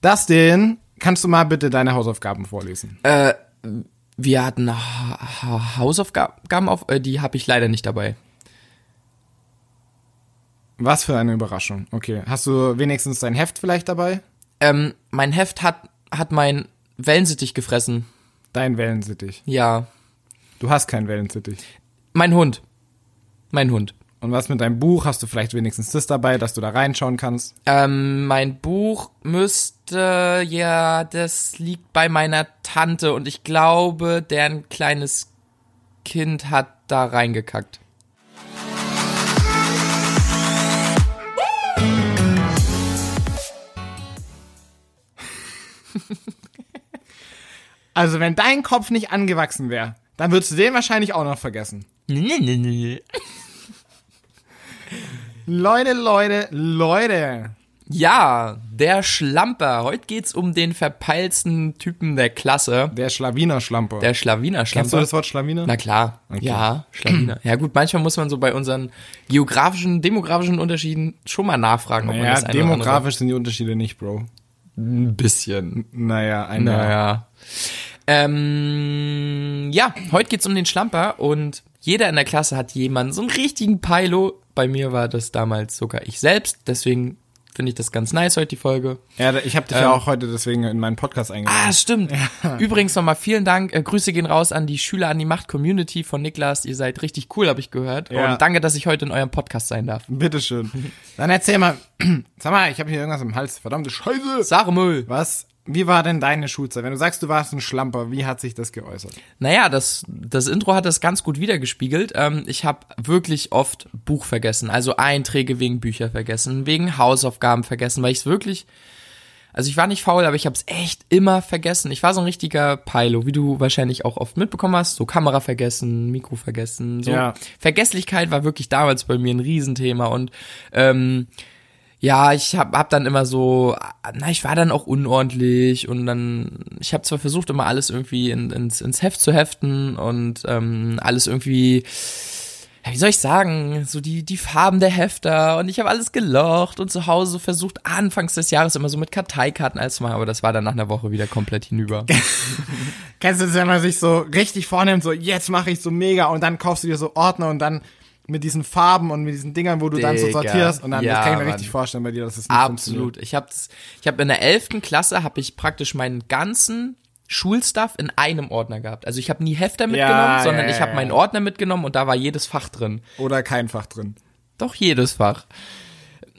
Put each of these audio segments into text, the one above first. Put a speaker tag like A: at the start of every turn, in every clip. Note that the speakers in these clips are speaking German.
A: Dustin, kannst du mal bitte deine Hausaufgaben vorlesen?
B: Äh, wir hatten ha ha Hausaufgaben auf, äh, die habe ich leider nicht dabei.
A: Was für eine Überraschung. Okay. Hast du wenigstens dein Heft vielleicht dabei?
B: Ähm, mein Heft hat, hat mein Wellensittich gefressen.
A: Dein Wellensittich.
B: Ja.
A: Du hast keinen Wellensittich.
B: Mein Hund. Mein Hund.
A: Und was mit deinem Buch? Hast du vielleicht wenigstens das dabei, dass du da reinschauen kannst?
B: Ähm, mein Buch müsste, ja, das liegt bei meiner Tante und ich glaube, deren kleines Kind hat da reingekackt.
A: Also, wenn dein Kopf nicht angewachsen wäre, dann würdest du den wahrscheinlich auch noch vergessen. Leute, Leute, Leute.
B: Ja, der Schlamper. Heute geht's um den verpeilsten Typen der Klasse.
A: Der Schlawiner-Schlamper.
B: Der Schlawiner
A: Kennst du
B: Schlamper.
A: das Wort Schlawiner?
B: Na klar. Ja, Schlawiner. Ja gut, manchmal muss man so bei unseren geografischen, demografischen Unterschieden schon mal nachfragen, ob man
A: naja,
B: das eine oder andere
A: demografisch sind die Unterschiede nicht, Bro.
B: ein bisschen.
A: Naja, einer.
B: Naja. Ähm, ja, heute geht's um den Schlamper und jeder in der Klasse hat jemanden, so einen richtigen Pilo. Bei mir war das damals sogar ich selbst, deswegen finde ich das ganz nice heute die Folge.
A: Ja, ich habe dich
B: Ähm.
A: ja auch heute deswegen in meinen Podcast eingeladen.
B: Ah, stimmt. Übrigens nochmal vielen Dank. Äh, Grüße gehen raus an die Schüler an die Macht Community von Niklas. Ihr seid richtig cool, habe ich gehört.
A: Ja.
B: Und danke, dass ich heute in eurem Podcast sein darf.
A: Bitteschön. Dann erzähl mal. Sag mal, ich habe hier irgendwas im Hals. Verdammte Scheiße.
B: Sarmüll.
A: Was? Wie war denn deine Schulzeit? Wenn du sagst, du warst ein Schlamper, wie hat sich das geäußert?
B: Naja, das, das Intro hat das ganz gut wiedergespiegelt. Ähm, ich habe wirklich oft Buch vergessen, also Einträge wegen Bücher vergessen, wegen Hausaufgaben vergessen, weil ich es wirklich, also ich war nicht faul, aber ich habe es echt immer vergessen. Ich war so ein richtiger Pilo, wie du wahrscheinlich auch oft mitbekommen hast, so Kamera vergessen, Mikro vergessen, so.
A: Ja.
B: Vergesslichkeit war wirklich damals bei mir ein Riesenthema und ähm, ja, ich hab, hab dann immer so, na, ich war dann auch unordentlich und dann, ich habe zwar versucht, immer alles irgendwie in, ins, ins Heft zu heften und ähm, alles irgendwie, ja, wie soll ich sagen, so die, die Farben der Hefter und ich habe alles gelocht und zu Hause versucht, anfangs des Jahres immer so mit Karteikarten alles zu machen, aber das war dann nach einer Woche wieder komplett hinüber.
A: Kennst du das, wenn man sich so richtig vornimmt, so jetzt mache ich so mega und dann kaufst du dir so Ordner und dann mit diesen Farben und mit diesen Dingern, wo du dann so
B: Digga.
A: sortierst und dann
B: Ja,
A: das kann ich mir
B: Mann.
A: richtig vorstellen bei dir, dass es das nicht funktioniert.
B: Absolut. Ich habe ich hab in der 11. Klasse habe ich praktisch meinen ganzen Schulstuff in einem Ordner gehabt. Also ich habe nie Hefter mitgenommen,
A: ja,
B: sondern
A: ja,
B: ich habe
A: ja.
B: meinen Ordner mitgenommen und da war jedes Fach drin.
A: Oder kein Fach drin.
B: Doch jedes Fach.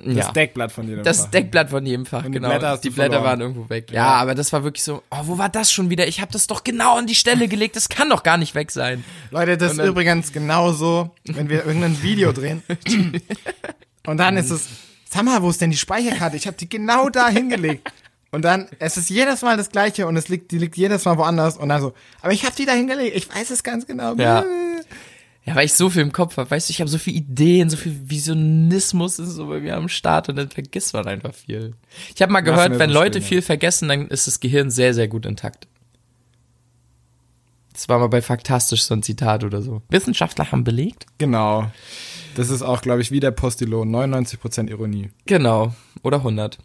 A: Das
B: Ja.
A: Deckblatt von jedem
B: das
A: Fach.
B: Deckblatt von jedem Fach,
A: die
B: genau.
A: Blätter hast
B: die
A: du
B: Blätter
A: verloren.
B: waren irgendwo weg. Ja, aber das war wirklich so, oh, wo war das schon wieder? Ich habe das doch genau an die Stelle gelegt. Das kann doch gar nicht weg sein.
A: Leute, das ist
B: dann-
A: übrigens genauso, wenn wir irgendein Video drehen. und dann ist es, sag mal, wo ist denn die Speicherkarte? Ich habe die genau da hingelegt. Und dann, es ist jedes Mal das Gleiche und es liegt, die liegt jedes Mal woanders. Und dann so, aber ich habe die da hingelegt, ich weiß es ganz genau.
B: Ja. Ja, weil ich so viel im Kopf habe, weißt du, ich habe so viele Ideen, so viel Visionismus ist so bei mir am Start und dann vergisst man einfach viel. Ich habe mal
A: mir
B: gehört,
A: so
B: wenn Leute
A: Spiele.
B: viel vergessen, dann ist das Gehirn sehr, sehr gut intakt. Das war mal bei Faktastisch so ein Zitat oder so. Wissenschaftler haben belegt?
A: Genau. Das ist auch, glaube ich, wie der Postillon, 99% Ironie.
B: Genau. Oder 100.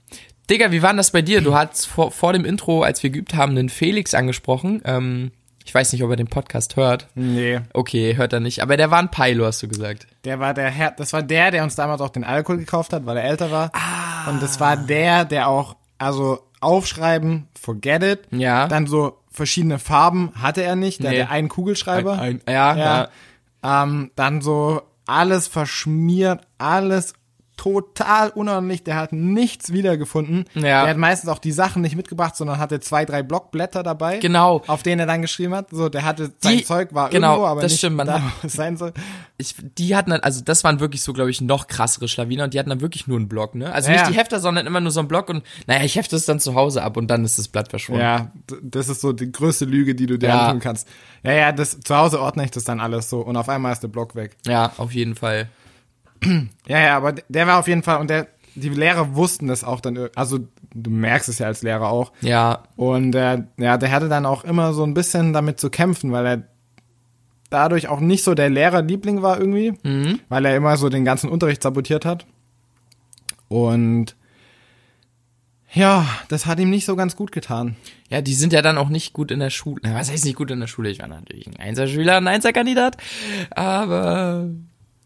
B: Digga, wie war denn das bei dir? Du hast vor, vor dem Intro, als wir geübt haben, den Felix angesprochen. Ähm, ich weiß nicht, ob er den Podcast hört.
A: Nee.
B: Okay, hört er nicht. Aber der war ein Pilo, hast du gesagt.
A: Der war der Herr, das war der, der uns damals auch den Alkohol gekauft hat, weil er älter war. Ah. Und das war der, der auch, also aufschreiben, forget it.
B: Ja.
A: Dann so verschiedene Farben hatte er nicht. Der
B: Nee.
A: hatte einen Kugelschreiber.
B: Ein- ein- ja, ja.
A: Ähm, dann so alles verschmiert, alles total unordentlich. Der hat nichts wiedergefunden.
B: Ja.
A: Der hat meistens auch die Sachen nicht mitgebracht, sondern hatte zwei, drei Blockblätter dabei.
B: Genau.
A: Auf denen er dann geschrieben hat. So, der hatte sein
B: Die-
A: Zeug, war
B: genau,
A: irgendwo, aber
B: das
A: nicht
B: stimmt, man
A: da,
B: hat-
A: wo es sein soll.
B: ich, die hatten dann, also das waren wirklich so, glaube ich, noch krassere Schlawiner und die hatten dann wirklich nur einen Block, ne? Also
A: Ja.
B: nicht die Hefter, sondern immer nur so einen Block und naja, ich hefte es dann zu Hause ab und dann ist das Blatt verschwunden.
A: Ja, d- das ist so die größte Lüge, die du dir
B: Ja.
A: antun kannst. Ja, ja, das, zu Hause ordne ich das dann alles so und auf einmal ist der Block weg.
B: Ja, auf jeden Fall.
A: Ja, ja, aber d- der war auf jeden Fall und der, die Lehrer wussten das auch dann, ir- also du merkst es ja als Lehrer auch.
B: Ja,
A: Und äh, ja, der hatte dann auch immer so ein bisschen damit zu kämpfen, weil er dadurch auch nicht so der Lehrerliebling war irgendwie, weil er immer so den ganzen Unterricht sabotiert hat. Und Ja, das hat ihm nicht so ganz gut getan.
B: Ja, die sind ja dann auch nicht gut in der Schule. Na, was heißt nicht gut in der Schule? Ich war natürlich ein Einserschüler, ein Einserkandidat. Aber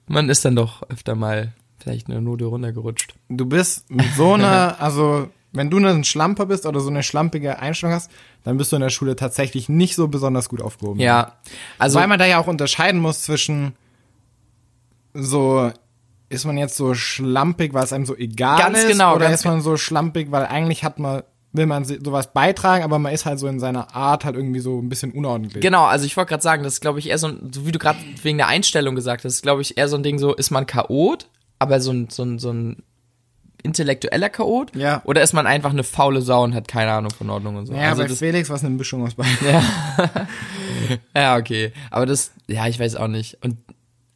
B: man ist dann doch öfter mal vielleicht eine Note runtergerutscht.
A: Du bist mit so einer, also wenn du ein Schlamper bist oder so eine schlampige Einstellung hast, dann bist du in der Schule tatsächlich nicht so besonders gut aufgehoben.
B: Ja, also
A: Weil man da ja auch unterscheiden muss zwischen so ist man jetzt so schlampig, weil es einem so egal
B: Ganz
A: ist,
B: genau,
A: oder
B: ganz
A: ist man so schlampig, weil eigentlich hat man will man si- sowas beitragen, aber man ist halt so in seiner Art halt irgendwie so ein bisschen unordentlich.
B: genau, also ich wollte gerade sagen, das ist glaube ich eher so ein, so wie du gerade wegen der Einstellung gesagt hast, glaube ich eher so ein Ding so, ist man Chaot, aber so ein, so ein, so ein intellektueller Chaot?
A: Ja.
B: Oder ist man einfach eine faule Sau und hat keine Ahnung von Ordnung und so?
A: Ja,
B: also
A: bei
B: das,
A: Felix war es eine Mischung aus beiden.
B: Ja, okay. Aber das, ja, ich weiß auch nicht. Und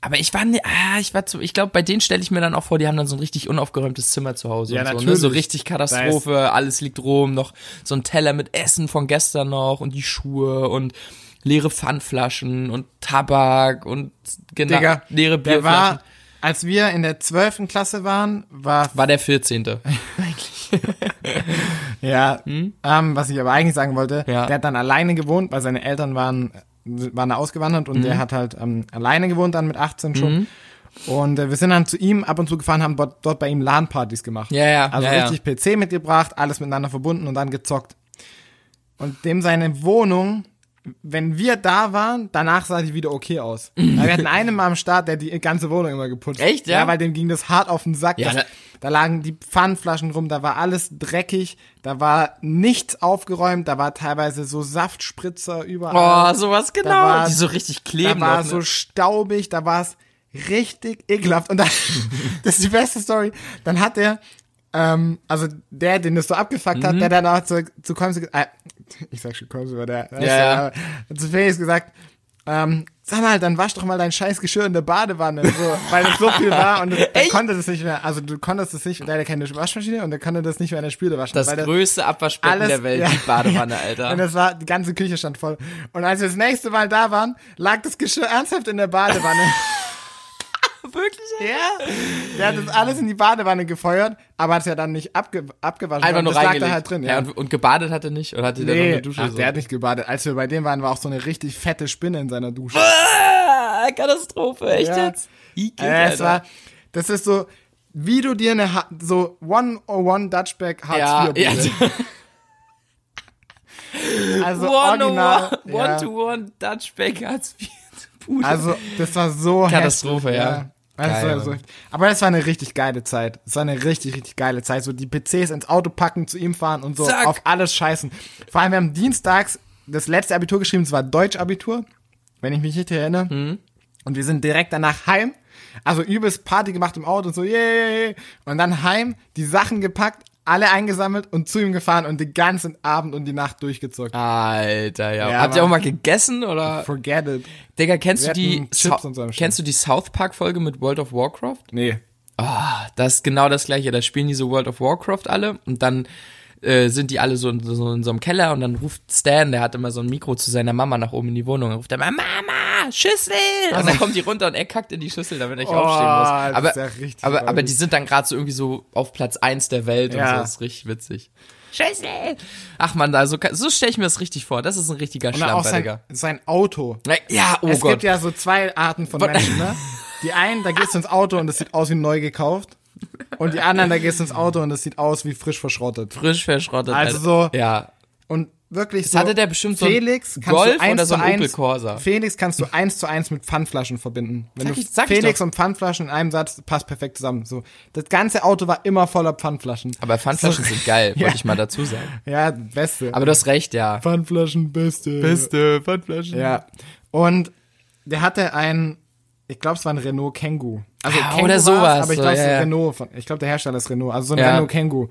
B: aber ich war, ne, ah, ich war zu, ich glaube, bei denen stelle ich mir dann auch vor, die haben dann so ein richtig unaufgeräumtes Zimmer zu Hause
A: Ja,
B: und so, ne?
A: natürlich.
B: so richtig Katastrophe, alles liegt rum, noch so ein Teller mit Essen von gestern noch und die Schuhe und leere Pfandflaschen und Tabak und genau
A: Digga,
B: leere
A: Der
B: Bierflaschen.
A: war, als wir in der 12. Klasse waren, war,
B: War, der 14.
A: ja, ähm, was ich aber eigentlich sagen wollte,
B: Hm? Ja.
A: der hat dann alleine gewohnt, weil seine Eltern waren, waren da ausgewandert und
B: Mhm.
A: der hat halt ähm, alleine gewohnt dann mit 18 schon. Und äh, wir sind dann zu ihm ab und zu gefahren, haben dort, dort bei ihm LAN-Partys gemacht.
B: Ja, ja,
A: Also
B: ja, ja.
A: richtig PC mitgebracht, alles miteinander verbunden und dann gezockt. Und dem seine Wohnung, wenn wir da waren, danach sah die wieder okay aus. Weil wir hatten einen mal am Start, der die ganze Wohnung immer geputzt hat.
B: Echt, ja?
A: Ja, weil dem ging das hart auf den Sack.
B: Ja,
A: das,
B: da-
A: da lagen die Pfandflaschen rum, da war alles dreckig, da war nichts aufgeräumt, da war teilweise so Saftspritzer überall.
B: Oh, sowas genau.
A: war-
B: die so richtig
A: da
B: kleben.
A: war
B: noch, ne?
A: so staubig, da war es richtig ekelhaft. Und dann, das ist die beste Story. Dann hat er, ähm, also der, den das so abgefuckt hat,
B: Mhm.
A: der danach zu, zu Kolmse, ge- äh, ich sag schon Kolmse, aber der,
B: Ja,
A: äh, zu Felix gesagt, ähm, sag mal, dann wasch doch mal dein scheiß Geschirr in der Badewanne, so, weil es so viel war und er
B: Echt?
A: konnte das nicht mehr, also du konntest es nicht, der hatte keine Waschmaschine und der konnte das nicht mehr in der Spüle waschen.
B: das
A: weil der-
B: größte Abwaschbecken der Welt,
A: ja.
B: die Badewanne, Alter.
A: Und das war, die ganze Küche stand voll. Und als wir das nächste Mal da waren, lag das Geschirr ernsthaft in der Badewanne.
B: Wirklich? Alter?
A: ja. Der hat das alles in die Badewanne gefeuert, aber hat es ja dann nicht abge abgewaschen.
B: Einfach nur
A: das lag
B: reingelegt.
A: da halt drin.
B: ja.
A: Ja.
B: und, und gebadet hatte nicht? Oder hatte der noch
A: Nee,
B: eine Dusche?
A: ach,
B: so?
A: der hat nicht gebadet. Als wir bei dem waren, war auch so eine richtig fette Spinne in seiner Dusche.
B: Ah, Katastrophe, echt
A: Ja.
B: jetzt? Igitt,
A: Äh, es
B: Alter.
A: war, das ist so, wie du dir eine, Ha- so 101 Dutchback Hartz
B: ja,
A: IV
B: ja.
A: Bude. Also original.
B: one, one,
A: ja.
B: one to one Dutch Back Hartz IV. Bude.
A: Also, das war so
B: Katastrophe,
A: heftig,
B: ja.
A: Das
B: Geil,
A: war so,
B: Mann.
A: aber das war eine richtig geile Zeit. Das war eine richtig, richtig geile Zeit. So die PCs ins Auto packen, zu ihm fahren und so
B: Zack.
A: auf alles scheißen. Vor allem, wir haben dienstags das letzte Abitur geschrieben, es war Deutschabitur, wenn ich mich nicht erinnere.
B: Mhm.
A: Und wir sind direkt danach heim. Also übelst Party gemacht im Auto und so, yeah. Und dann heim, die Sachen gepackt, alle eingesammelt und zu ihm gefahren und den ganzen Abend und die Nacht durchgezockt.
B: Ah. Alter, ja.
A: Ja,
B: Habt ihr auch
A: Mann.
B: mal gegessen oder?
A: Forget it.
B: Digga, kennst du
A: Wir
B: die
A: hatten Chips
B: Sau-
A: und so am Start.
B: kennst du die South Park Folge mit World of Warcraft?
A: Nee.
B: Ah, das ist genau das gleiche. Da spielen die so World of Warcraft alle und dann äh, sind die alle so in, so in so einem Keller und dann ruft Stan, der hat immer so ein Mikro zu seiner Mama nach oben in die Wohnung und ruft immer Mama, Schüssel! Und dann kommt die runter und er kackt in die Schüssel, damit er nicht
A: Oh,
B: aufstehen
A: das
B: muss.
A: ist
B: Aber,
A: ja richtig
B: aber, aber
A: räudig.
B: die sind dann gerade so irgendwie so auf Platz eins der Welt und
A: Ja.
B: so, das ist richtig witzig. Schüssel! Ach man, da so, ka- so stelle ich mir das richtig vor. Das ist ein richtiger
A: Und dann auch
B: Schlamper,
A: sein,
B: Digga.
A: sein Auto.
B: Ja, oh
A: es
B: Gott.
A: gibt ja so zwei Arten von Menschen, ne? Die einen, da gehst du ins Auto und das sieht aus wie neu gekauft. Und die anderen, da gehst du ins Auto und das sieht aus wie frisch verschrottet.
B: Frisch verschrottet.
A: Also
B: Alter.
A: so-
B: Ja.
A: Und wirklich so.
B: hatte der bestimmt so ein
A: Felix kannst
B: Golf
A: du eins
B: oder so ein
A: zu eins,
B: Opel Corsa.
A: Felix kannst du eins zu eins mit Pfandflaschen verbinden. Wenn
B: Sag
A: du
B: ich- sag ich
A: Felix
B: doch.
A: und Pfandflaschen in einem Satz passt perfekt zusammen. So. Das ganze Auto war immer voller Pfandflaschen.
B: Aber Pfandflaschen sind geil,
A: Ja.
B: wollte ich mal dazu sagen.
A: Ja, beste.
B: Aber du hast recht, ja.
A: Pfandflaschen, beste.
B: Beste Pfandflaschen.
A: Ja. Und der hatte ein, ich glaube, es war ein Renault Kangoo. Also
B: Ah,
A: Kangoo
B: oder
A: war's,
B: sowas,
A: aber ich
B: so,
A: glaube, es
B: ja,
A: ist
B: ja.
A: Renault. Von, ich glaube, der Hersteller ist Renault. Also so ein
B: Ja.
A: Renault Kangoo.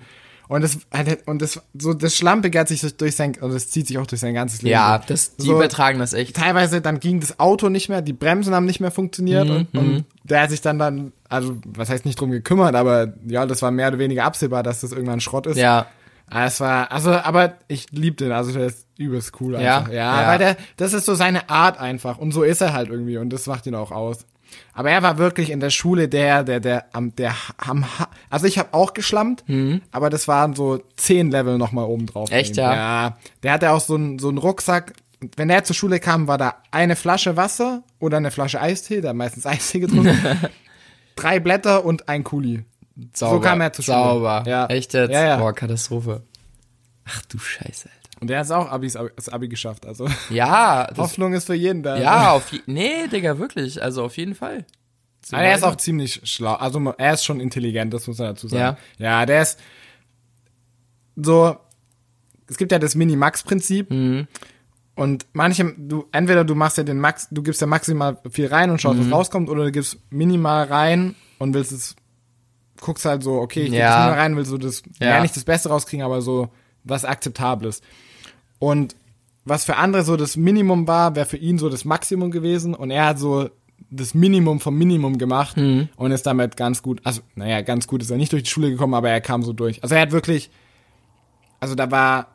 A: Und das, und das, so das Schlampige hat sich durch- durch sein, also das zieht sich auch durch sein ganzes Leben.
B: Ja, das, die
A: So.
B: übertragen das echt.
A: Teilweise dann ging das Auto nicht mehr, die Bremsen haben nicht mehr funktioniert und,
B: Mhm.
A: und der hat sich dann dann, also was heißt nicht drum gekümmert, aber ja, das war mehr oder weniger absehbar, dass das irgendwann Schrott ist.
B: Ja.
A: Ah, Es war, also, aber ich lieb den, also der ist übelst cool
B: Ja,
A: einfach. Ja,
B: ja.
A: weil der, das ist so seine Art einfach und so ist er halt irgendwie und das macht ihn auch aus. Aber er war wirklich in der Schule der, der, der, am, der, am, Ha- also ich habe auch geschlammt, aber das waren so zehn Level nochmal oben drauf.
B: Mhm. Echt, ja?
A: Ja, der hatte auch so einen, so einen Rucksack. Und Wenn er zur Schule kam, war da eine Flasche Wasser oder eine Flasche Eistee, da hat meistens Eistee getrunken, drei Blätter und ein Kuli.
B: Sauber.
A: So kam er zur Schule.
B: Sauber.
A: Ja.
B: Echt jetzt?
A: Ja, ja.
B: Boah, Katastrophe. Ach du Scheiße, Alter.
A: Und der hat auch Abis, das Abi geschafft. Also
B: Ja, das,
A: Hoffnung ist für jeden da.
B: ja, auf je, nee, Digga, wirklich, also auf jeden Fall.
A: Aber er ist auch ziemlich schlau. Also er ist schon intelligent, das muss man dazu sagen. Ja, der ist so. Es gibt ja das Minimax-Prinzip. Und manchem, du, entweder du machst ja den Max, du gibst ja maximal viel rein und schaust, was rauskommt, oder du gibst minimal rein und willst es, guckst halt so, okay, ich gebe
B: Ja.
A: das minimal rein, willst du das,
B: Ja.
A: ja. nicht das Beste rauskriegen, aber so was Akzeptables. Und was für andere so das Minimum war, wäre für ihn so das Maximum gewesen. Und er hat so das Minimum vom Minimum gemacht
B: Mhm.
A: und ist damit ganz gut, also naja, ganz gut ist er nicht durch die Schule gekommen, aber er kam so durch. Also er hat wirklich, also da war,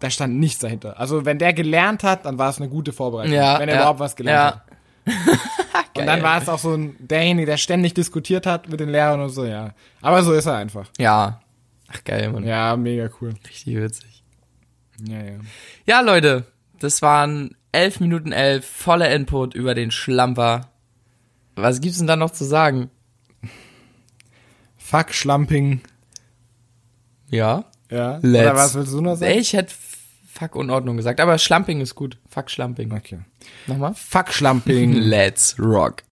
A: da stand nichts dahinter. Also wenn der gelernt hat, dann war es eine gute Vorbereitung,
B: Ja,
A: wenn er
B: ja,
A: überhaupt was gelernt
B: ja.
A: hat. und dann war es auch so ein, derjenige, der ständig diskutiert hat mit den Lehrern und so, ja. Aber so ist er einfach.
B: Ja. Ach geil, Mann.
A: Ja, mega cool.
B: Richtig witzig.
A: Ja, ja.
B: Ja, Leute, das waren 11 Minuten 11, voller Input über den Schlamper. Was gibt's denn da noch zu sagen?
A: Fuck Schlamping.
B: Ja.
A: Ja.
B: Let's-
A: Oder was willst du noch sagen?
B: Ich hätte fuck Unordnung gesagt, aber Schlamping ist gut. Fuck Schlamping.
A: Okay.
B: Nochmal.
A: Fuck Schlamping.
B: Let's rock.